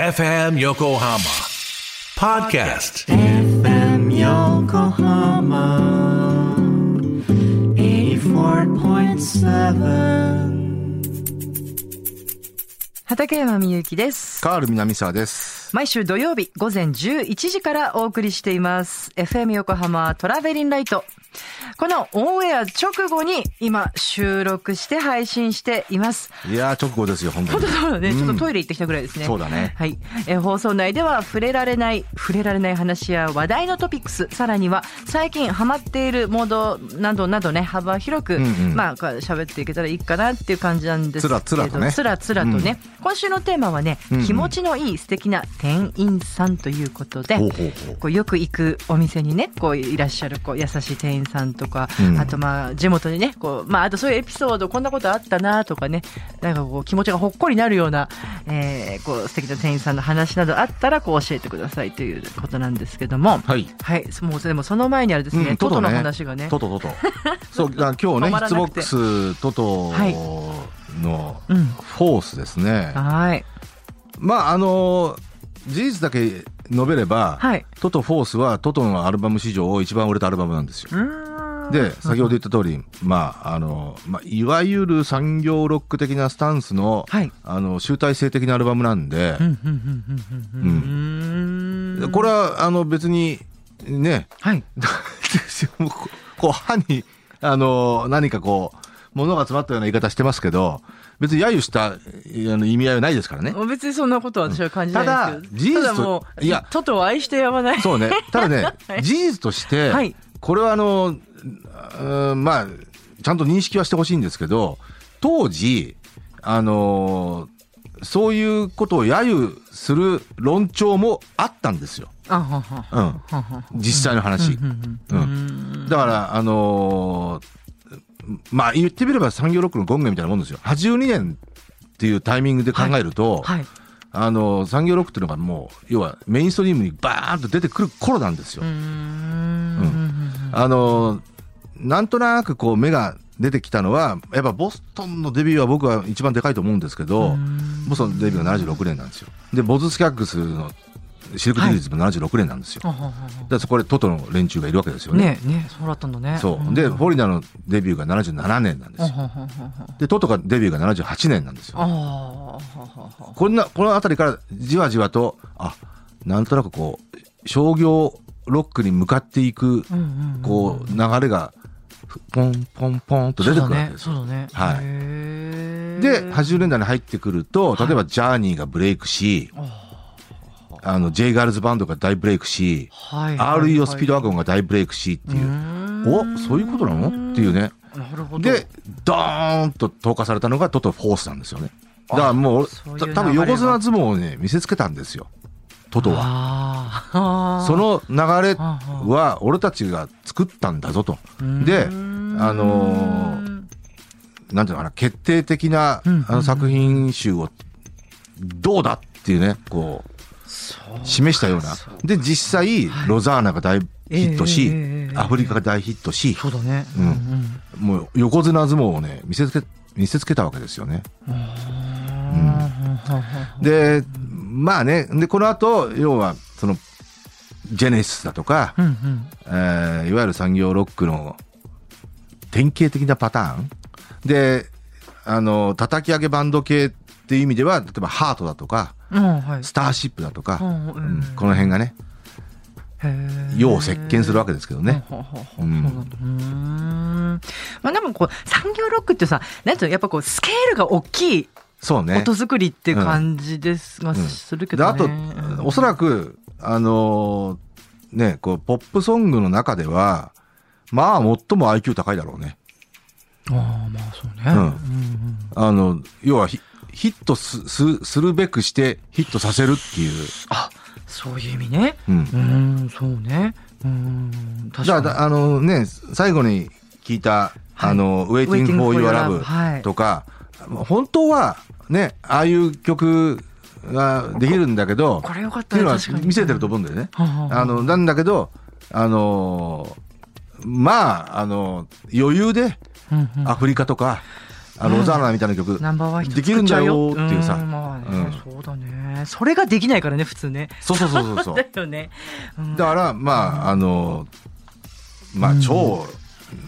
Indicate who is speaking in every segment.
Speaker 1: FM Yokohama Podcast.
Speaker 2: FM Yokohama 84.7
Speaker 3: 畠山みゆきです。
Speaker 4: カール南沢です。
Speaker 3: 毎週土曜日午前11時からお送りしています。FM 横浜トラベリンライト。このオンエア直後に今収録して配信しています。
Speaker 4: いやー、直後ですよ、本当に。
Speaker 3: そうだね。ちょっとトイレ行ってきたぐらいですね。
Speaker 4: そうだね
Speaker 3: はい。えー放送内では触れられない、触れられない話や話題のトピックス、さらには最近ハマっているモードなどなどね、幅広く、
Speaker 4: んうん
Speaker 3: まあ、こう喋っていけたらいいかなっていう感じなんですけど。
Speaker 4: つらつらとね
Speaker 3: つらつらとね。今週のテーマはね、気持ちのいい素敵な店員さんということで、
Speaker 4: ほうほうほう
Speaker 3: こうよく行くお店にねこういらっしゃるこう優しい店員さんとか、
Speaker 4: うん
Speaker 3: あとまあ地元にねこう、まあ、あとそういうエピソードこんなことあったなとかねなんかこう気持ちがほっこりなるような、えー、こう素敵な店員さんの話などあったらこう教えてくださいということなんですけども。
Speaker 4: はい。
Speaker 3: はい、もうでもその前にあれですね、トトの話がね
Speaker 4: トト、トト。 そう、だから今日
Speaker 3: 止ま
Speaker 4: ね、
Speaker 3: らなくて
Speaker 4: ヒッツボックス、トトの
Speaker 3: うん
Speaker 4: フォースですね。
Speaker 3: はい
Speaker 4: まあ、あのー事実だけ述べれば、
Speaker 3: はい
Speaker 4: トトフォースはトトのアルバム史上一番売れたアルバムなんですよ。
Speaker 3: うーん
Speaker 4: で、先ほど言った通り、まあ、あのー、まあ、いわゆる産業ロック的なスタンスの、
Speaker 3: はい
Speaker 4: あの、集大成的なアルバムなんで、
Speaker 3: うんうんうんうんうんうんうーん
Speaker 4: これは、あの、別に、ね、
Speaker 3: はい
Speaker 4: ですよ もうここう歯にあの何かこう物が詰まったような言い方してますけど別に揶揄したあの意味合いはないですからね
Speaker 3: 別にそんなことは私は感じないんですけど、
Speaker 4: うんただ
Speaker 3: ただも
Speaker 4: 事
Speaker 3: う
Speaker 4: 実いや
Speaker 3: トトを愛してやまない
Speaker 4: そうねただね、
Speaker 3: はい
Speaker 4: 事実として、
Speaker 3: はい
Speaker 4: これはあのうーんまあちゃんと認識はしてほしいんですけど当時あのそういうことを揶揄する論調もあったんですよ、
Speaker 3: あはは
Speaker 4: うん、
Speaker 3: はは
Speaker 4: 実際の話。
Speaker 3: う
Speaker 4: うん
Speaker 3: ん
Speaker 4: だから、あのーまあ言ってみれば産業ロックのゴンゲみたいなもんですよ。82年っていうタイミングで考えると、
Speaker 3: はい。
Speaker 4: あのー産業ロックっていうのがもう、要はメインストリームにバーンと出てくる頃なんですよ。
Speaker 3: うん
Speaker 4: あのーなんとなくこう目が出てきたのは、やっぱボストンのデビューは僕は一番でかいと思うんですけど、ボストンのデビューが76年なんですよ。で、ボズスキャックスのシルクディーズも76年なんですよ。
Speaker 3: はははは
Speaker 4: だからそこでトトの連中がいるわけですよね。
Speaker 3: ねえねえそうだったんだね。
Speaker 4: そう。で、フォリナのデビューが77年なんですよ
Speaker 3: は。ははは
Speaker 4: で、トトがデビューが78年なんです
Speaker 3: あ
Speaker 4: よ。
Speaker 3: ははは
Speaker 4: こんな、このあたりからじわじわと、あ、なんとなくこう、商業ロックに向かっていく、
Speaker 3: うんうんうん
Speaker 4: こう、流れが、ポンポンポンと出てくるわけです
Speaker 3: そう
Speaker 4: よ。
Speaker 3: だね。そうだね
Speaker 4: はい
Speaker 3: へえ
Speaker 4: で、80年代に入ってくると、例えばジャーニーがブレイクし、あの、J ガールズバンドが大ブレイクし、
Speaker 3: はい。
Speaker 4: REO スピードワ
Speaker 3: ン
Speaker 4: ゴンが大ブレイクしっていう、お、そういうことなのっていうね。
Speaker 3: なるほど。
Speaker 4: で、ドーンと投下されたのがトトフォースなんですよね。だからもう
Speaker 3: そういう、流
Speaker 4: た
Speaker 3: れが
Speaker 4: 多分横綱相撲をね、見せつけたんですよ。トトは。
Speaker 3: ああ
Speaker 4: その流れ
Speaker 3: あー
Speaker 4: は俺たちが作ったんだぞと。で、あのーなんていうのかな、決定的な
Speaker 3: うんうん
Speaker 4: あの作品集をどうだっていうね、こう、示したような
Speaker 3: そう。
Speaker 4: で、実際、ロザーナが大ヒット
Speaker 3: え
Speaker 4: し
Speaker 3: ええええ、え
Speaker 4: アフリカが大ヒットし、
Speaker 3: そうだね。
Speaker 4: うんもう横綱相撲をね、見せつけ、見せつけたわけですよね。で、まあね、で、この後、要は、その、ジェネシスだとか、
Speaker 3: うんうん。
Speaker 4: えーいわゆる産業ロックの典型的なパターンで、あの、叩き上げバンド系っていう意味では、例えばハートだとか、
Speaker 3: うんはい。
Speaker 4: スターシップだとか、
Speaker 3: うんうん
Speaker 4: うんこの辺がね、世を席巻するわけですけどね。
Speaker 3: う
Speaker 4: うん
Speaker 3: ん。まあでもこう産業ロックってさ、なんていうのやっぱこうスケールが大きい
Speaker 4: そうね。
Speaker 3: 音作りっていう感じですが、
Speaker 4: うん
Speaker 3: するけ
Speaker 4: で
Speaker 3: ど
Speaker 4: あ
Speaker 3: ね。
Speaker 4: と、おそ
Speaker 3: ら
Speaker 4: らく、あのーね、こう、ポップソングの中では、まあ、最も IQ 高いだろうね。
Speaker 3: く。ああまあそうね。
Speaker 4: うん
Speaker 3: うん
Speaker 4: あの、要はヒ、ヒットす、す、するべくしてヒットさせるっていう。
Speaker 3: あそういう意味ね。
Speaker 4: うん
Speaker 3: う。んそうね。うん確
Speaker 4: じゃ
Speaker 3: か
Speaker 4: あ
Speaker 3: に。
Speaker 4: だ、あのね、最後に聞いた、あの、Waiting for Your
Speaker 3: Waiting for Your Love
Speaker 4: Love とか、本当は、ね、ああいう曲ができるんだけど、
Speaker 3: これよかっ
Speaker 4: ったていう
Speaker 3: ね
Speaker 4: のは
Speaker 3: 確かに。
Speaker 4: 見せてると思うんだよね。
Speaker 3: はあはあ
Speaker 4: あのなんだけど、あのーまあ、あの余裕で
Speaker 3: うんうん
Speaker 4: アフリカとか、あロザーナみたいな曲、
Speaker 3: ナンバーワンヒット
Speaker 4: できるんだよっていうさ
Speaker 3: んまあね
Speaker 4: うん
Speaker 3: そうだねそれができないからね普通ね
Speaker 4: そうそうそうそうそう
Speaker 3: だよね、うん
Speaker 4: だからまああのまあ
Speaker 3: うん
Speaker 4: 超、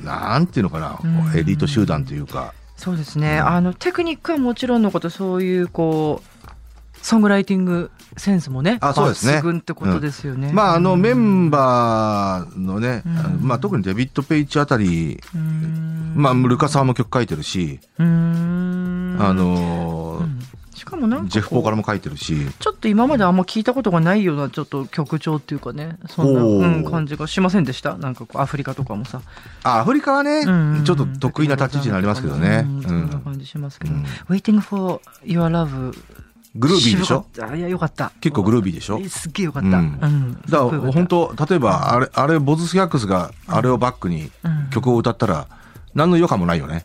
Speaker 4: なんていうのかな、こう
Speaker 3: うん
Speaker 4: エリート集団というか、
Speaker 3: そうですね、
Speaker 4: うん
Speaker 3: あのテクニックはもちろんのことそういうこうソングライティングセンスもね
Speaker 4: あそうですね
Speaker 3: 抜群ってことですよね、
Speaker 4: まああのメ
Speaker 3: バ
Speaker 4: ンバーのね、
Speaker 3: うん
Speaker 4: あのまあ特にデビッド・ペイチあたり、
Speaker 3: ーうん
Speaker 4: まあルカさんも曲書いてるし、
Speaker 3: うん
Speaker 4: あの
Speaker 3: う
Speaker 4: ー
Speaker 3: んしかもなんかこう
Speaker 4: ジェフ・ポーカルも書いてるし、
Speaker 3: ちょっと今まであんま聞いたことがないようなちょっと曲調っていうかねそんな、
Speaker 4: お
Speaker 3: う
Speaker 4: ー
Speaker 3: ん、感じがしませんでしたなんかこうアフリカとかもさ、
Speaker 4: あアフリカはね、
Speaker 3: うん
Speaker 4: ちょっと得意な立ち位置になりますけどね、
Speaker 3: うんそ
Speaker 4: うんん
Speaker 3: な感じしますけど、
Speaker 4: うん
Speaker 3: Waiting for Your Love
Speaker 4: グルービーでしょ
Speaker 3: 渋かったいやよかった
Speaker 4: 結構グルービーでしょ
Speaker 3: すっげえよかった、う
Speaker 4: うんんだから本当例えばあれあれボズスキャックスがあれをバックに
Speaker 3: うん
Speaker 4: 曲を歌ったら何の違和感もないよね。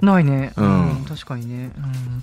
Speaker 3: ないね、うん
Speaker 4: ん
Speaker 3: 確かにね、うん、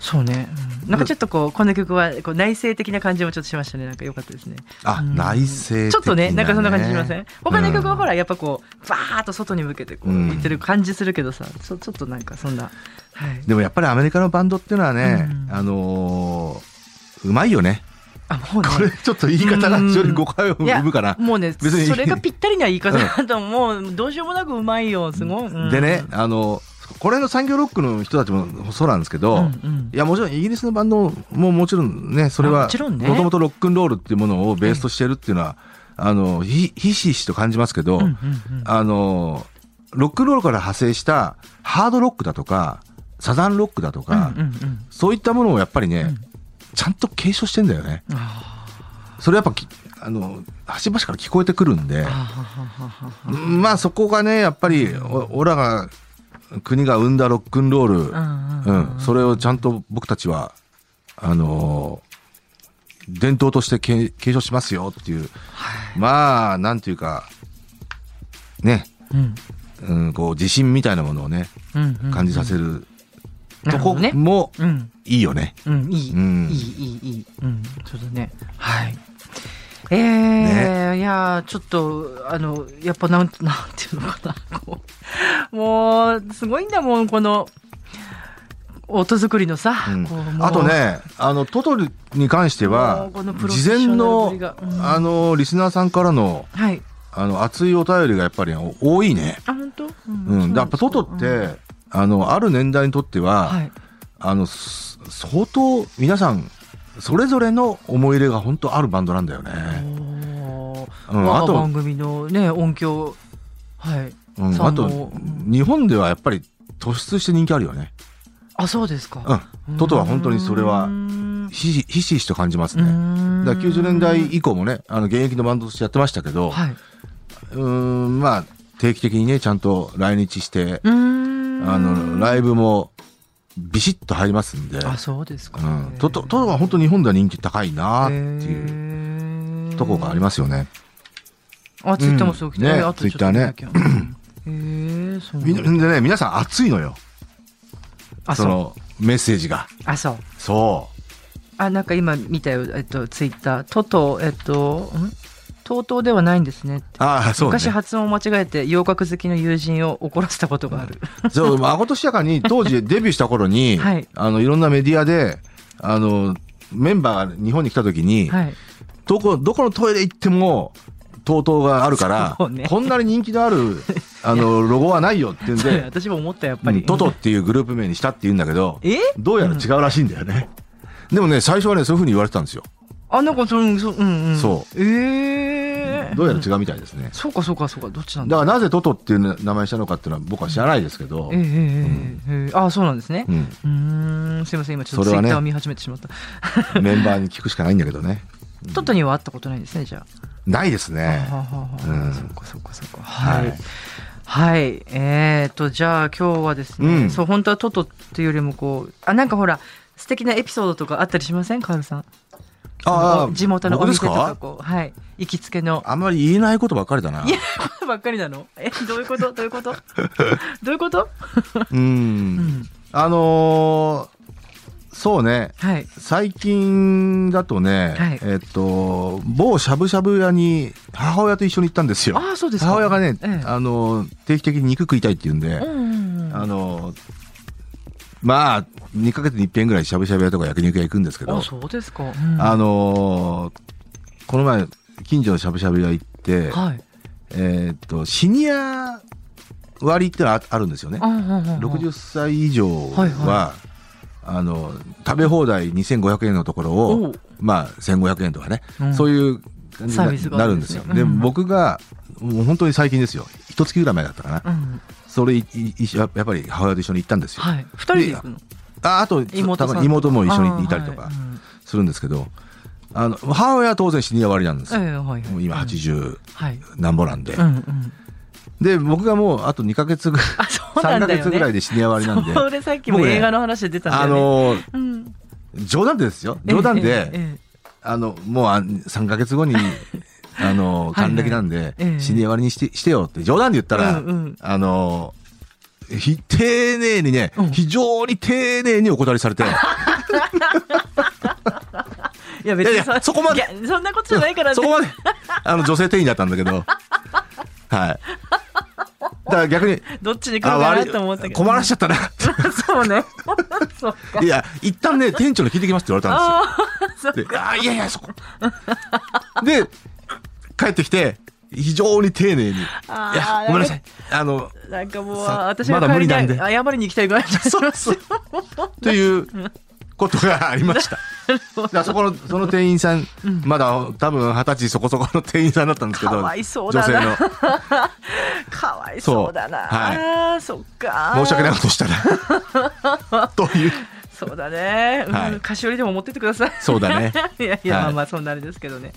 Speaker 3: そうね、うんなんかちょっとこうこの曲はこう内省的な感じもちょっとしましたねなんか良かったですね
Speaker 4: あ、
Speaker 3: うん
Speaker 4: 内政
Speaker 3: ちょっとねなんかそんな感じしません他の曲はほ
Speaker 4: ら、
Speaker 3: らやっぱこうバーッと外に向けてこう
Speaker 4: うん
Speaker 3: 言ってる感じするけどさ、ちょちょっとなんかそんなはい
Speaker 4: うんでもやっぱりアメリカのバンドっていうのはね、
Speaker 3: うん
Speaker 4: あのーうまいよね。
Speaker 3: あもうね
Speaker 4: これちょっと言い方が非常に誤解を
Speaker 3: いや
Speaker 4: 生むかな。
Speaker 3: もうね
Speaker 4: 別に
Speaker 3: それがぴったりな言い方だと、もうどうしようもなくうまいよすごい、うん
Speaker 4: でね、あのこれの産業ロックの人たちもそうなんですけ
Speaker 3: う
Speaker 4: ど、
Speaker 3: んうん
Speaker 4: いやもちろんイギリスのバンドももちろんねそれ
Speaker 3: あ
Speaker 4: は
Speaker 3: もちろんね
Speaker 4: もともとロックンロールっていうものをベースとしてるっていうのは、あのひひしひしと感じますけど、
Speaker 3: うんうんうん
Speaker 4: あのロックンロールから派生したハードロックだとかサザンロックだとか、
Speaker 3: うんうんうん
Speaker 4: そういったものをやっぱりね、
Speaker 3: うん
Speaker 4: ちゃんと継承してんだよね
Speaker 3: あ
Speaker 4: それやっぱきあの端々から聞こえてくるんで
Speaker 3: ーははははは
Speaker 4: まあそこがねやっぱりおオラが国が生んだロックンロール、
Speaker 3: うんうんうん
Speaker 4: うん、それをちゃんと僕たちは、あのー伝統として継継承しますよっていう、まあ、なんていうか、ね、
Speaker 3: うん
Speaker 4: うん、こう、自信みたいなものをね、
Speaker 3: うんうん
Speaker 4: 感じさせる
Speaker 3: なる
Speaker 4: と
Speaker 3: ほ
Speaker 4: こ
Speaker 3: どね
Speaker 4: も
Speaker 3: うん
Speaker 4: いいよね。
Speaker 3: うん、いい、
Speaker 4: うん
Speaker 3: いい、いい、いい、うん、そうだね。はい。えーいやーちょっと、あの、やっぱなん、 なんていうのかな、こう、もう、すごいんだもん、この、音作りのさ、
Speaker 4: うん
Speaker 3: こうもう
Speaker 4: あとね、あの、トトルに関して
Speaker 3: も
Speaker 4: は
Speaker 3: うこの、プロフェッ
Speaker 4: 事
Speaker 3: ショナ
Speaker 4: 前
Speaker 3: ルぶ
Speaker 4: の
Speaker 3: りが、うん
Speaker 4: あの、リスナーさんからの、
Speaker 3: はい。
Speaker 4: あの、熱いお便りがやっぱりお多いね。
Speaker 3: あ、本当うん
Speaker 4: う
Speaker 3: そ
Speaker 4: ん。
Speaker 3: な
Speaker 4: や
Speaker 3: ん
Speaker 4: っ
Speaker 3: で
Speaker 4: ぱ
Speaker 3: すか
Speaker 4: トトっ
Speaker 3: うん
Speaker 4: て、あの、ある年代にとっては、
Speaker 3: はい。
Speaker 4: あのす相当皆さんそれぞれの思い入れが本当あるバンドなんだよね。
Speaker 3: おー
Speaker 4: うん
Speaker 3: 我
Speaker 4: あ
Speaker 3: が
Speaker 4: と
Speaker 3: 番組のね、音響、はい。
Speaker 4: うん
Speaker 3: そう
Speaker 4: あと
Speaker 3: うん
Speaker 4: 日本ではやっぱり突出して人気あるよね。
Speaker 3: あ、そうですか。
Speaker 4: うん、トトは本当にそれは
Speaker 3: うん
Speaker 4: ひしひしひしと感じます
Speaker 3: う
Speaker 4: ね。
Speaker 3: ん
Speaker 4: だから90年代以降もねあの現役のバンドとしてやってましたけど、
Speaker 3: はい。
Speaker 4: うーんまあ定期的にねちゃんと来日して、
Speaker 3: うーん
Speaker 4: あのライブもビシッと入りますんで、
Speaker 3: あそうですか、
Speaker 4: うん、トトトトは本当に日本では人気高いなっていう
Speaker 3: いう
Speaker 4: とこがありますよね。
Speaker 3: あツイッターもそうきた、
Speaker 4: うん
Speaker 3: え
Speaker 4: ね
Speaker 3: ーあとちょっと見なきゃへえそう
Speaker 4: みんなでね皆さん熱いのよ。
Speaker 3: あ
Speaker 4: そ
Speaker 3: そう
Speaker 4: のメッセージが。
Speaker 3: あそう
Speaker 4: そ
Speaker 3: あなんか今見たよえっとツイッタートトえっとんトトではないんですね
Speaker 4: う。ああ、そうね。
Speaker 3: 昔発音を間違えて洋楽好きの友人を怒らせたことがある、
Speaker 4: そう、まことしやか に当時デビューした頃に、
Speaker 3: はい
Speaker 4: あの、いろんなメディアで、あの、メンバーが日本に来た時に、
Speaker 3: はい
Speaker 4: どこ、どこのトイレ行っても、TOTO があるから
Speaker 3: そう、ね
Speaker 4: こんなに人気のある、 あの、ロゴはないよって言うん
Speaker 3: それ
Speaker 4: で、
Speaker 3: 私も思ったやっぱ
Speaker 4: う
Speaker 3: り、
Speaker 4: んトトっていうグループ名にしたって言うんだけど、
Speaker 3: え
Speaker 4: どうやら違うらしいんだよね。でもね、最初はね、そういうふうに言われてたんですよ。
Speaker 3: あなんかそのそううんうん
Speaker 4: そ
Speaker 3: ええ
Speaker 4: どうやら違うみたいですね。
Speaker 3: そうかそうかそうかどっちなんだ
Speaker 4: だからなぜトトっていう名前にしたのかっていうのは僕は知らないですけど
Speaker 3: え、えええええあそうなんですね。
Speaker 4: うん
Speaker 3: うーんすいません今ちょっと
Speaker 4: そ
Speaker 3: ツイッ
Speaker 4: れはね
Speaker 3: ターを見始めてしまった。
Speaker 4: メンバーに聞くしかないんだけどね。
Speaker 3: トットには会ったことないですねじゃ
Speaker 4: ないです
Speaker 3: あ。
Speaker 4: ね。
Speaker 3: はあはあ
Speaker 4: う
Speaker 3: はあ
Speaker 4: ん
Speaker 3: そっかそっかそっか。は
Speaker 4: はいい。
Speaker 3: はい、えー、とじゃあ今日はですね、
Speaker 4: うん
Speaker 3: そう本当はトットっていうよりもこうあなんかほら素敵なエピソードとかあったりしませんカールさん
Speaker 4: ああ
Speaker 3: 地元のお
Speaker 4: 僕です
Speaker 3: 店とか
Speaker 4: か
Speaker 3: こうはい行きつけの
Speaker 4: あんまり言えないことばっかりだな。
Speaker 3: いやこ ればっかりなのえどういうことどういう ことどういうこと、う
Speaker 4: う
Speaker 3: ん
Speaker 4: ん。あのーそうね。
Speaker 3: はい
Speaker 4: 最近だとね、
Speaker 3: はい
Speaker 4: えっと、某しゃぶしゃぶ屋に母親と一緒に行ったんですよ。
Speaker 3: ああそうですか
Speaker 4: 母親がね、
Speaker 3: ええ
Speaker 4: あのー定期的に肉食いたいって言うんで、
Speaker 3: うんうんうん
Speaker 4: あのーまあ、2ヶ月に1遍ぐらいしゃぶしゃぶ屋とか焼肉屋行くんですけど、
Speaker 3: あ、そうですか。うん
Speaker 4: あのーこの前、近所のしゃぶしゃぶ屋行って、
Speaker 3: はい。
Speaker 4: えーっと、シニア割ってのはああるんですよね。60
Speaker 3: 60
Speaker 4: 歳以上は、
Speaker 3: はいは
Speaker 4: あの、食べ放題2500円のところ
Speaker 3: お
Speaker 4: を
Speaker 3: う、
Speaker 4: まあ、1500円とかね、
Speaker 3: うん
Speaker 4: そういう感じ
Speaker 3: サービス
Speaker 4: に
Speaker 3: が
Speaker 4: な
Speaker 3: あ
Speaker 4: な
Speaker 3: るん
Speaker 4: るん
Speaker 3: で
Speaker 4: ですす
Speaker 3: よ
Speaker 4: よ。
Speaker 3: う
Speaker 4: で、
Speaker 3: ん
Speaker 4: 僕が、もう本当に最近ですよ。一月ぐらい前だったかな。
Speaker 3: うん。
Speaker 4: それいいいや、やっぱり母親と一緒に行ったんですよ。
Speaker 3: はい。二人で行くの。
Speaker 4: ああと、
Speaker 3: 妹さん
Speaker 4: た
Speaker 3: と
Speaker 4: まに妹も一緒にいたりと
Speaker 3: あ
Speaker 4: か。するんですけど、あの、母親は当然シニア割りなんです
Speaker 3: ーはい
Speaker 4: よ。
Speaker 3: うんええはいはい
Speaker 4: もう今80
Speaker 3: はい。
Speaker 4: 何ぼなんで
Speaker 3: う。んうん。
Speaker 4: で、僕がもうあと2ヶ月ぐらい、
Speaker 3: あ、そうな
Speaker 4: 3
Speaker 3: ん
Speaker 4: ヶ
Speaker 3: だよね。
Speaker 4: 月ぐらいでシニア割りなんで、
Speaker 3: それさっきも
Speaker 4: 僕ね
Speaker 3: 映画の話で出たんだ
Speaker 4: あ
Speaker 3: よね。
Speaker 4: のー、
Speaker 3: うん
Speaker 4: 冗談でですよ。冗談
Speaker 3: え
Speaker 4: で、
Speaker 3: え
Speaker 4: あの、もうあ3ヶ月 後に、あのー、
Speaker 3: はいはい
Speaker 4: 還暦なんで
Speaker 3: ええ、
Speaker 4: シニア割りにしてしてよって冗談で言ったら
Speaker 3: うんうん、
Speaker 4: あのー、ひ丁寧にね
Speaker 3: うん、
Speaker 4: 非常に丁寧にお断り されて、
Speaker 3: ええいや別
Speaker 4: い
Speaker 3: に
Speaker 4: やいやそこまで
Speaker 3: いやそんなことじゃないからね。
Speaker 4: そこまで、あの、女性店員だったんだ けど、はい。だから逆に、
Speaker 3: どっちに来るか
Speaker 4: あ
Speaker 3: な
Speaker 4: 悪
Speaker 3: と思ったけ
Speaker 4: い
Speaker 3: ど。
Speaker 4: 困らしちゃったなって
Speaker 3: ゃう。そうね。そうか。
Speaker 4: いや一旦ね店長に聞いてきますって言われたん
Speaker 3: ああ、そう
Speaker 4: ですよであーいやいやそこで帰ってきて非常に丁寧に「い
Speaker 3: あー
Speaker 4: やごめんなさいあの
Speaker 3: なんかもう、
Speaker 4: さ
Speaker 3: 私が
Speaker 4: まだ無
Speaker 3: 帰り
Speaker 4: 理
Speaker 3: た
Speaker 4: ないんで
Speaker 3: 謝りに行きたいぐらいじゃ」
Speaker 4: そうそうということがありましただからそこのその店員さん、まだ多分二十歳そこそこの店員さんだったんですけど
Speaker 3: かわいそうだな
Speaker 4: 女性の
Speaker 3: かわいそうだな。
Speaker 4: そう
Speaker 3: ああ、そっか。
Speaker 4: 申し訳ないことしたら という
Speaker 3: そうだね。うん、
Speaker 4: はい
Speaker 3: 菓子折りでも持ってってください。
Speaker 4: そうだね
Speaker 3: いやいや、
Speaker 4: はい
Speaker 3: まあまあ、そんなあれですけどね。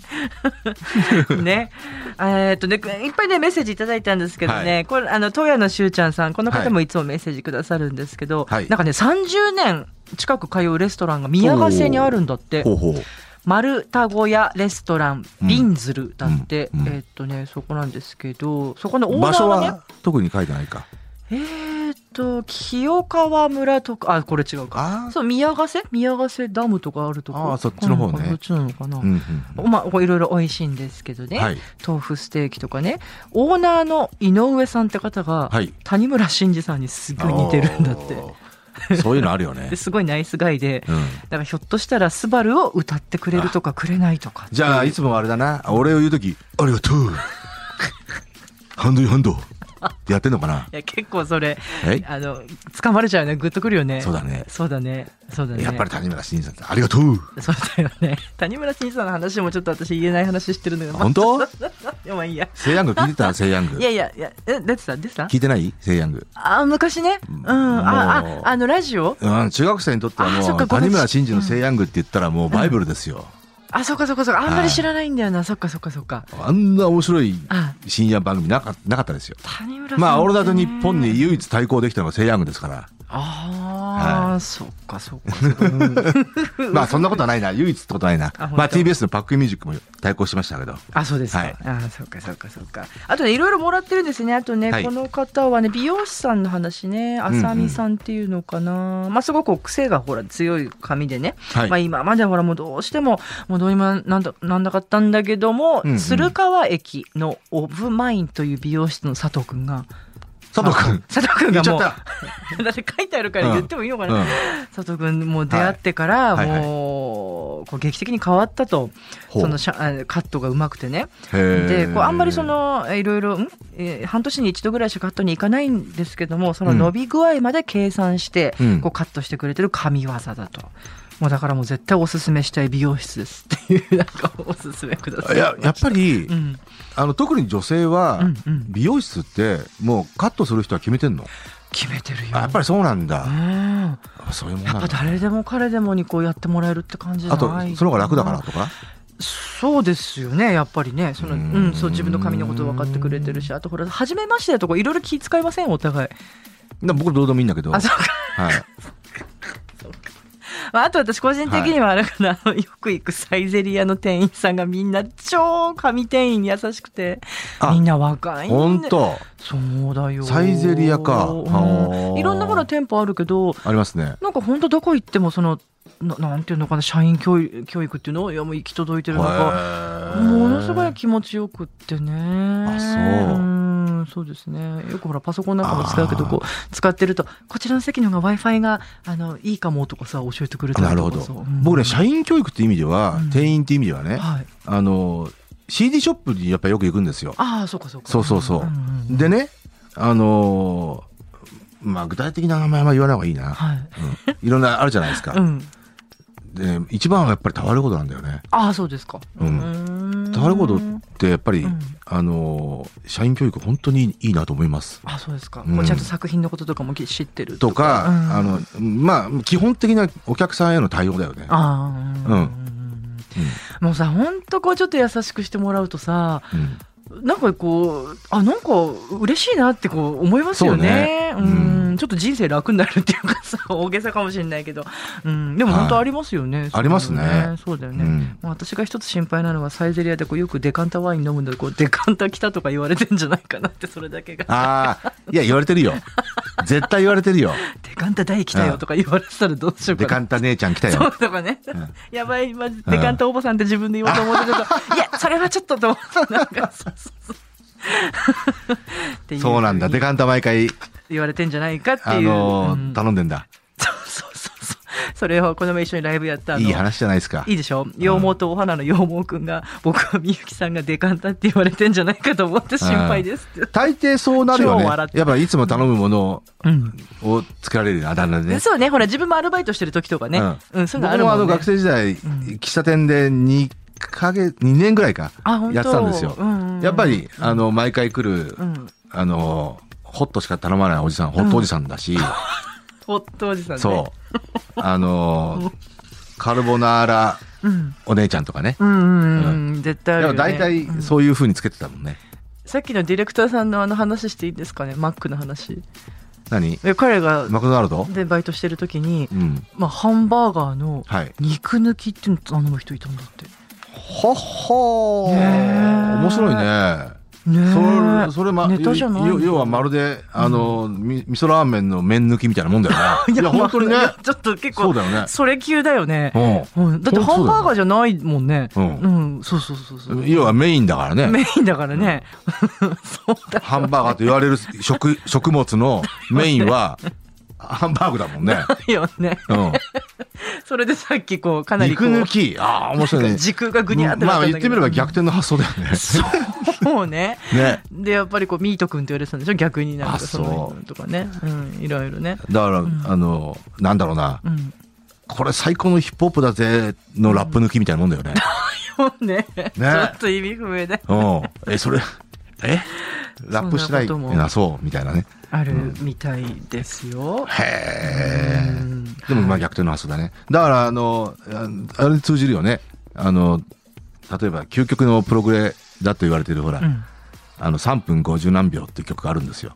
Speaker 3: ね。えーっとね、いっぱいね、メッセージいただいたんですけどね、
Speaker 4: は
Speaker 3: これ、あの、東野のしゅうちゃんさん、この方も
Speaker 4: はい
Speaker 3: つもメッセージくださるんですけど、
Speaker 4: はい
Speaker 3: なんかね、30年近く通うレストランが宮ヶ瀬にあるんだって。
Speaker 4: 方法
Speaker 3: 丸太小屋レストラン
Speaker 4: うん
Speaker 3: ビンズルだって、
Speaker 4: うんうん
Speaker 3: えーっとねそこなんですけどそこのオーナ
Speaker 4: 場
Speaker 3: ー
Speaker 4: 所
Speaker 3: はね
Speaker 4: は特に書いてないか
Speaker 3: えーっと清川村とかあこれ違うか
Speaker 4: あー
Speaker 3: そう宮ヶ瀬宮ヶ瀬ダムとかあるとこ
Speaker 4: あーそっちの方ね
Speaker 3: うんそっちなのかな、
Speaker 4: うんうんうん
Speaker 3: まあこういろいろ美味しいんですけどね、
Speaker 4: はい
Speaker 3: 豆腐ステーキとかねオーナーの井上さんって方が、
Speaker 4: はい
Speaker 3: 谷村新司さんにすごい似てるんだっ
Speaker 4: あ
Speaker 3: て
Speaker 4: ーそういうのあるよ ね
Speaker 3: ですごいナイスガイで
Speaker 4: うん
Speaker 3: だからひょっとしたら「スバルを歌ってくれるとかくれないとか
Speaker 4: じゃあ、いつもあれだな。俺を言うとき、ありがとう。ハンドインハンド。ってやってんのかない
Speaker 3: や結構それ
Speaker 4: え
Speaker 3: あの捕まれちゃうねグッとくるよね
Speaker 4: そうだね
Speaker 3: そうだねそうだね
Speaker 4: やっぱり谷村新司さんってありがとう。
Speaker 3: そうだよね谷村新司さんの話もちょっと私言えない話してるんだけど
Speaker 4: 本当
Speaker 3: まあいいや
Speaker 4: セイヤング聞い てたセイヤング
Speaker 3: い。やいやいやえ出てた出てた
Speaker 4: 聞いてないセイヤング。
Speaker 3: あ昔ねうんあああのラジオ
Speaker 4: うん、中学生にとっては
Speaker 3: あそっ
Speaker 4: も
Speaker 3: か
Speaker 4: う、
Speaker 3: ごめん
Speaker 4: 谷村新司のセイヤングって言ったらもうバイブルですよ。
Speaker 3: あそっかそっかそっかあんま
Speaker 4: は
Speaker 3: り
Speaker 4: い
Speaker 3: 知らないんだよな、そっかそっかそっか
Speaker 4: あんな面白い
Speaker 3: あ
Speaker 4: 深夜番組なかなかったですよ。
Speaker 3: 谷村さん
Speaker 4: まあ、
Speaker 3: 俺
Speaker 4: 俺
Speaker 3: だ
Speaker 4: だ
Speaker 3: と
Speaker 4: と日本に唯一対抗できたのはセイヤングですから。
Speaker 3: ああ、
Speaker 4: は
Speaker 3: そっかそっかそっか、うん
Speaker 4: まあ、そんなことはないな。唯一ってことはないな
Speaker 3: あ。本当
Speaker 4: まあ、TBS のパックミュージックも対抗しましたけど。
Speaker 3: あそうですか、
Speaker 4: はい
Speaker 3: あそうかそうかそうかあとねいろいろもらってるんですねあとね、
Speaker 4: はい
Speaker 3: この方はね美容師さんの話ねあさみさんっていうのかな、まあすごく癖がほら強い髪でね、
Speaker 4: はい
Speaker 3: まあ今まではほらもうどうしてももうどうにもなんだなんなかったんだけども、
Speaker 4: うんうん
Speaker 3: 鶴川駅のオブマインという美容室の佐藤くんが
Speaker 4: 佐藤君。
Speaker 3: 佐藤くん
Speaker 4: 言
Speaker 3: が
Speaker 4: っちゃ
Speaker 3: も
Speaker 4: っ
Speaker 3: う
Speaker 4: た。
Speaker 3: だって書いてあるから言ってもいいのかな、
Speaker 4: うん
Speaker 3: 佐藤君もう出会ってから、
Speaker 4: はいはいは
Speaker 3: もう
Speaker 4: い
Speaker 3: こう劇的に変わったと
Speaker 4: ほう
Speaker 3: そのシャあカットがうまくてね
Speaker 4: へ
Speaker 3: で
Speaker 4: ー
Speaker 3: こうあんまりそのえいろいろんえー半年に一度ぐらいしかカットに行かないんですけどもその伸び具合まで計算して、
Speaker 4: うん
Speaker 3: こうカットしてくれてる神業だと。もうだからもう絶対おすすめしたい美容室ですっていうなんかおすすめください。
Speaker 4: いややっぱり、
Speaker 3: うん、
Speaker 4: あの特に女性は、
Speaker 3: うんうん
Speaker 4: 美容室ってもうカットする人は決めてんの
Speaker 3: 決めてるよ。
Speaker 4: あやっぱりそうなん
Speaker 3: う
Speaker 4: だ、
Speaker 3: ん
Speaker 4: そういうもん
Speaker 3: や
Speaker 4: な
Speaker 3: っ
Speaker 4: ん
Speaker 3: ぱ
Speaker 4: だ
Speaker 3: 誰でも彼でもにこうやってもらえるって感じじゃ
Speaker 4: あ
Speaker 3: ない
Speaker 4: とその方が楽だからとか
Speaker 3: そうですよねやっぱりねそのう
Speaker 4: うんん、
Speaker 3: そう自分の髪のこと分かってくれてるしあとほら初めましてだとこいろいろ気遣いませんお互い
Speaker 4: な僕どうでもいいんだけど
Speaker 3: あそうか、
Speaker 4: はい、
Speaker 3: まあ、あと私個人的にはあれかな、 あのよく行くサイゼリアの店員さんがみんな超神店員に優しくて
Speaker 4: あ
Speaker 3: みんな若いんで
Speaker 4: 本当
Speaker 3: そうだよ
Speaker 4: サイゼリアか
Speaker 3: うん
Speaker 4: あー
Speaker 3: いろんなほら店舗あるけど
Speaker 4: ありますね
Speaker 3: なんか本当どこ行ってもそのななんていうのかな社員教育教育っていうのいやもう行き届いてるのか
Speaker 4: へー
Speaker 3: ものすごい気持ちよくってね。
Speaker 4: あそうん
Speaker 3: うん、そうですね。よくほら、パソコンなんかも使うけど、こう、使ってると、こちらの席の方が Wi-Fi が、あの、いいかもとかさ、教えてくれたり
Speaker 4: なる
Speaker 3: と
Speaker 4: ほ
Speaker 3: かさ
Speaker 4: ど。僕ね、社員教育って意味では、
Speaker 3: うん
Speaker 4: 店員って意味ではね、
Speaker 3: はい。
Speaker 4: あの、CD ショップにやっぱよく行くんですよ。
Speaker 3: ああ、そうかそうか。
Speaker 4: そうそうそうん
Speaker 3: んうん
Speaker 4: でね、あのーまあ具体的な名前は言わない方がいいな。
Speaker 3: はい。
Speaker 4: うんいろんなあるじゃないですか。
Speaker 3: うん。
Speaker 4: で、一番はやっぱりタワレコードなんだよね。
Speaker 3: ああ、そうですか。
Speaker 4: うん
Speaker 3: ん
Speaker 4: タワレコードってやっぱり、
Speaker 3: うん
Speaker 4: あのー社員教育本当にいいなと思います。
Speaker 3: あそうですか、
Speaker 4: うん
Speaker 3: こうちゃんと作品のこととかも知ってる
Speaker 4: とか、
Speaker 3: うん
Speaker 4: あの、まあ基本的なお客さんへの対応だよね。
Speaker 3: あー
Speaker 4: うん
Speaker 3: もうさ本当こうちょっと優しくしてもらうとさ
Speaker 4: うん
Speaker 3: なんかこうあなんか嬉しいなってこう思いますよね
Speaker 4: そううね
Speaker 3: ん
Speaker 4: う
Speaker 3: ちょっと人生楽になるっていうかさ 大げさかもしれないけど、うん、でも本当ありますよね、そういうの
Speaker 4: ありますね
Speaker 3: そうだよ
Speaker 4: う
Speaker 3: ね、
Speaker 4: ん
Speaker 3: まあ私が一つ心配なのはサイゼリアでこうよくデカンタワイン飲むんだけどこうデカンタ来たとか言われてんじゃないかなってそれだけが
Speaker 4: ああ、いや言われてるよ。絶対言われてるよ。
Speaker 3: デカンタ大来たよとか言われてたらどうしよう
Speaker 4: デ
Speaker 3: かな
Speaker 4: カンタ姉ちゃん来た
Speaker 3: そう
Speaker 4: よ。
Speaker 3: とかね、
Speaker 4: ん
Speaker 3: やばい、ま、デカンタおばさんって自分で言おうと思ってたけど、いや、それはちょっとと思った、なんか、そうそうそう。ってい
Speaker 4: そうなんだ。デカンタ毎回、
Speaker 3: 言われてんじゃないかっていう。
Speaker 4: あのー
Speaker 3: うん
Speaker 4: 頼んでんだ。
Speaker 3: そうそうそうそう。それをこの前一緒にライブやったあの
Speaker 4: いい話じゃないですか
Speaker 3: い。いでしょ羊毛とお花の羊毛くんが、僕はみゆきさんがデカンタって言われてんじゃないかと思って心配ですって。
Speaker 4: 大抵そうなるよね
Speaker 3: 超笑っ。て
Speaker 4: やっぱいつも頼むもの
Speaker 3: うん。
Speaker 4: をつけられるよね、あだ名でね。
Speaker 3: そうね、ほら、自分もアルバイトしてる時とかね。うん、そういうのあ
Speaker 4: 僕
Speaker 3: るも
Speaker 4: もあ
Speaker 3: ん、ね。
Speaker 4: の学生時代、喫茶店で2ヶ月、2年ぐらいか
Speaker 3: あ本、当
Speaker 4: やってたんですよ
Speaker 3: うんうんうん。
Speaker 4: やっぱり、あの、毎回来る
Speaker 3: うん、
Speaker 4: あの、ホットしか頼まないおじさん、ホットおじさんだし、
Speaker 3: ホットおじさんね。
Speaker 4: そう。あの、カルボナーラ
Speaker 3: う。うん。
Speaker 4: お姉ちゃんとかね。
Speaker 3: うんうんうん、絶対あ
Speaker 4: だ
Speaker 3: る
Speaker 4: か
Speaker 3: よ、
Speaker 4: ら
Speaker 3: ね。
Speaker 4: 大体そういう風につけてたもんね。
Speaker 3: さっきのディレクターさんのあの話していいですかね、マックの話。
Speaker 4: 何
Speaker 3: え彼が
Speaker 4: マクドナルド
Speaker 3: でバイトしてる時に、
Speaker 4: うん。
Speaker 3: まあ、ハンバーガーの
Speaker 4: はい。
Speaker 3: 肉抜きっていうの頼む人いたんだって。
Speaker 4: ほっほー
Speaker 3: ねえ
Speaker 4: 面白いね。
Speaker 3: ねえ
Speaker 4: それ、それま、
Speaker 3: ネタじゃない
Speaker 4: 要要はまるで、あの、み味噌ラーメンの麺抜きみたいなもんだよね。いや、本当にね
Speaker 3: まあい。やちょっと結
Speaker 4: そ
Speaker 3: 構、
Speaker 4: うだよね。
Speaker 3: それ級だよね。
Speaker 4: う
Speaker 3: うん、だって
Speaker 4: そうそ
Speaker 3: ハ
Speaker 4: うだよ
Speaker 3: ンバーガーじゃないもんね。
Speaker 4: うん
Speaker 3: うん、そうそうそうそう。
Speaker 4: ん。要はメインだからね。
Speaker 3: メインだからね。そうだ。
Speaker 4: ハンバーガーと言われる食、食物のメインは、ハンバーグだもんね。
Speaker 3: よね。
Speaker 4: うん。
Speaker 3: それでさっきこう、かなり
Speaker 4: 肉
Speaker 3: こう、
Speaker 4: 抜き。ああ、面白いね。
Speaker 3: 時空がぐにゃってな
Speaker 4: まあ
Speaker 3: ったん
Speaker 4: 言
Speaker 3: だ
Speaker 4: って
Speaker 3: け
Speaker 4: み
Speaker 3: ど。
Speaker 4: れば逆転の発想だよ
Speaker 3: そう。もうね。
Speaker 4: ね。ね。
Speaker 3: でやっぱりこうミート君って言われてたんでしょ逆になんか
Speaker 4: あ
Speaker 3: その
Speaker 4: そう
Speaker 3: とかねうんいろいろ ね
Speaker 4: だから、あの、なんだろうな。
Speaker 3: うん
Speaker 4: これ最高のヒップホップだぜのラップ抜きみたいなもんだよね。
Speaker 3: もうね ちょっと意味不明で
Speaker 4: うん。え、それ、えラップしてない
Speaker 3: そんなことも
Speaker 4: な、そう、みたいなね。
Speaker 3: あるみたいですよ、
Speaker 4: へえ。でも、まあ逆転の発想だね。だから、あの、ああれに通じるよね。あの、例えば、究極のプログレだと言われてる、ほら、
Speaker 3: うん、
Speaker 4: あの、3分50何秒っていう曲があるんですよ。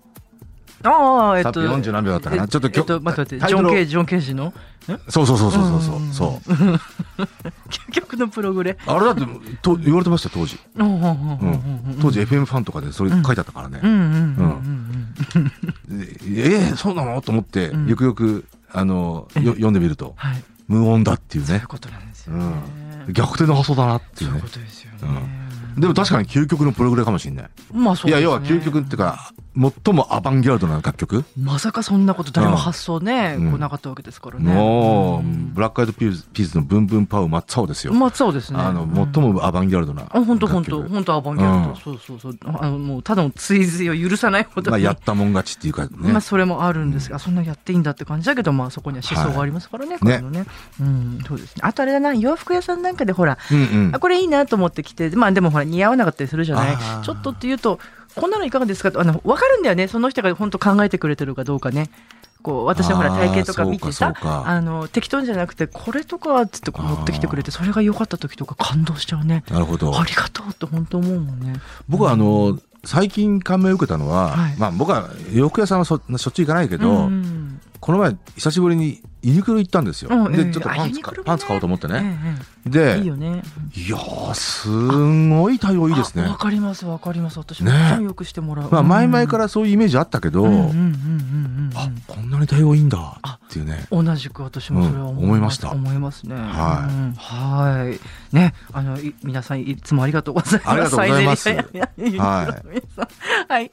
Speaker 3: ああえっ
Speaker 4: 3
Speaker 3: と
Speaker 4: 分40何秒だったかな。ちょっと
Speaker 3: えっ
Speaker 4: 曲、
Speaker 3: と待って待って
Speaker 4: タイ
Speaker 3: ジ
Speaker 4: ト
Speaker 3: ョ
Speaker 4: ル
Speaker 3: ン・
Speaker 4: を
Speaker 3: ケージジョン・ケージの
Speaker 4: そうそうそうそうそうそう。そう
Speaker 3: 究極のプログレ
Speaker 4: あれだって、と言われてましたよ、当時。
Speaker 3: うんうんうんう
Speaker 4: うんん。当時 FM ファンとかでそれ書いてあったからね。
Speaker 3: うんうんうんうん
Speaker 4: でえー、そうなのと思って、
Speaker 3: ん
Speaker 4: よくよくあのよ読んでみると
Speaker 3: はいそ
Speaker 4: 無音だっていう
Speaker 3: うい
Speaker 4: ね
Speaker 3: う、ことなんです
Speaker 4: う
Speaker 3: よね、
Speaker 4: ん、逆転の発想だなってい
Speaker 3: そう
Speaker 4: う
Speaker 3: いうこ
Speaker 4: ね
Speaker 3: とですよね、
Speaker 4: でも確かに究極のプログレかもしれない、
Speaker 3: まあそう
Speaker 4: い
Speaker 3: です、ね、
Speaker 4: や要は究極っていうか最もアバンギャルドな楽曲、
Speaker 3: まさかそんなこと誰も発想ね、
Speaker 4: うん
Speaker 3: こうなかったわけですからね
Speaker 4: もう、
Speaker 3: ん
Speaker 4: ブラックアイドピーズピーズの「ブンブンパウ真っ青」ですよ、
Speaker 3: まあそうですね
Speaker 4: あの最もアバンギャルドな楽
Speaker 3: あ
Speaker 4: 曲
Speaker 3: 本当本当本当アバンギャルド、
Speaker 4: うん
Speaker 3: そうそうそうあのもうただの追随を許さないことに、
Speaker 4: ま
Speaker 3: ま
Speaker 4: あ、
Speaker 3: あ
Speaker 4: やったもん勝ちっていうかね、
Speaker 3: それもあるんですが、そんなやっていいんだって感じだけど、まあ、そこには思想がありますからね、
Speaker 4: いね
Speaker 3: 彼のねうん、そうですね。あとあれだな、洋服屋さんなんかでほら、
Speaker 4: うんうん
Speaker 3: あこれいいなと思ってきて、まあでもほら、似合わなかったりするじゃな
Speaker 4: あ
Speaker 3: い
Speaker 4: ー、
Speaker 3: ちょっとっていうと、こんなのいかがですかとあの分かるんだよね、その人が本当考えてくれてるかどうかね。こう私はほら
Speaker 4: あー
Speaker 3: 体型とか見て
Speaker 4: そう
Speaker 3: さ
Speaker 4: かそうか
Speaker 3: あの適当じゃなくてこれとかっつってこう持ってきてくれてそれが良かった時とか感動しちゃうね
Speaker 4: なるほど
Speaker 3: ありがとうって本当思うもんね。
Speaker 4: 僕はあの最近感銘を受けたのは、
Speaker 3: はい
Speaker 4: まあ、僕は洋服屋さんはそしょっちゅう行かないけど、
Speaker 3: うん
Speaker 4: この前久しぶりにユニクロ行ったんですよ、
Speaker 3: うん
Speaker 4: で
Speaker 3: ええ
Speaker 4: ちょっと
Speaker 3: あ
Speaker 4: パン
Speaker 3: ユ
Speaker 4: ツ
Speaker 3: ニク
Speaker 4: か
Speaker 3: ロもね
Speaker 4: パンツ買おうと思ってね、
Speaker 3: ええ
Speaker 4: で
Speaker 3: いいよね。
Speaker 4: いやーすんごい対応いいですね
Speaker 3: あわかります、わかります。私も
Speaker 4: ね
Speaker 3: 対応よくしてもらう。、
Speaker 4: まあ前々かららそういうイメージあったけど、
Speaker 3: うんうんうんうん
Speaker 4: あこんなに対応いいんだっていうね
Speaker 3: うん。同じく私もそれは
Speaker 4: うん思いました
Speaker 3: 思いますね。
Speaker 4: はい
Speaker 3: うんはい。ね、あのい皆さんいつもありがとうございます。
Speaker 4: ありがとうございます
Speaker 3: サイゼリヤややユニクロの皆さん はい。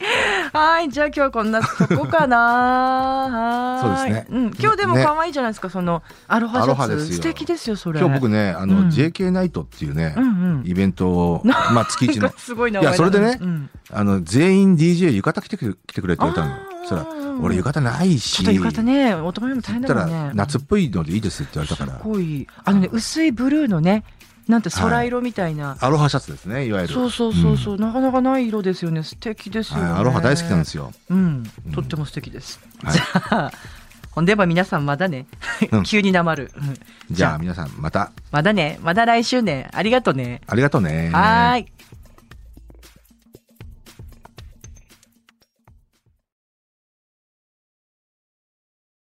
Speaker 3: はい。じゃあ今日はこんなとこかな。はい
Speaker 4: そうですね
Speaker 3: うん。今日でも
Speaker 4: ね
Speaker 3: 可愛いじゃないですか。そのアロハシ
Speaker 4: アロハ
Speaker 3: ャ
Speaker 4: で
Speaker 3: ツ
Speaker 4: すよ
Speaker 3: 素敵ですよ。それ。
Speaker 4: 今日僕ねあの、
Speaker 3: うん
Speaker 4: JK ナイトっていうね、
Speaker 3: うんうん。
Speaker 4: イベントを、まあ、月一
Speaker 3: なん
Speaker 4: の
Speaker 3: かすごい名前だ
Speaker 4: いやそれでね
Speaker 3: うん
Speaker 4: あの全員 DJ 浴衣着てくれ来てくれって言われた
Speaker 3: あー
Speaker 4: のそしたら
Speaker 3: うんうん
Speaker 4: 「俺浴衣ない
Speaker 3: ちょ
Speaker 4: し」
Speaker 3: っと浴衣ね、男のも大変
Speaker 4: 言っ
Speaker 3: だ
Speaker 4: た
Speaker 3: もん
Speaker 4: ら
Speaker 3: ね
Speaker 4: 「。夏っぽいのでいいです」って言われた
Speaker 3: す
Speaker 4: から
Speaker 3: ごいあのね薄いブルーのねなんて空色みたいな、
Speaker 4: アロハシャツですねいわゆる
Speaker 3: そうそうそうそう、なかなかない色ですよね素敵ですよね、
Speaker 4: はい、アロハ大好きなんですすよ
Speaker 3: うん
Speaker 4: うん
Speaker 3: とっても素敵です、
Speaker 4: はい
Speaker 3: じゃあほんでは皆さんまだね
Speaker 4: うん
Speaker 3: 急になまる、うん
Speaker 4: じゃあ皆さんまた
Speaker 3: まだねまだ来週ねありがとうね
Speaker 4: ありがとうね
Speaker 3: はーい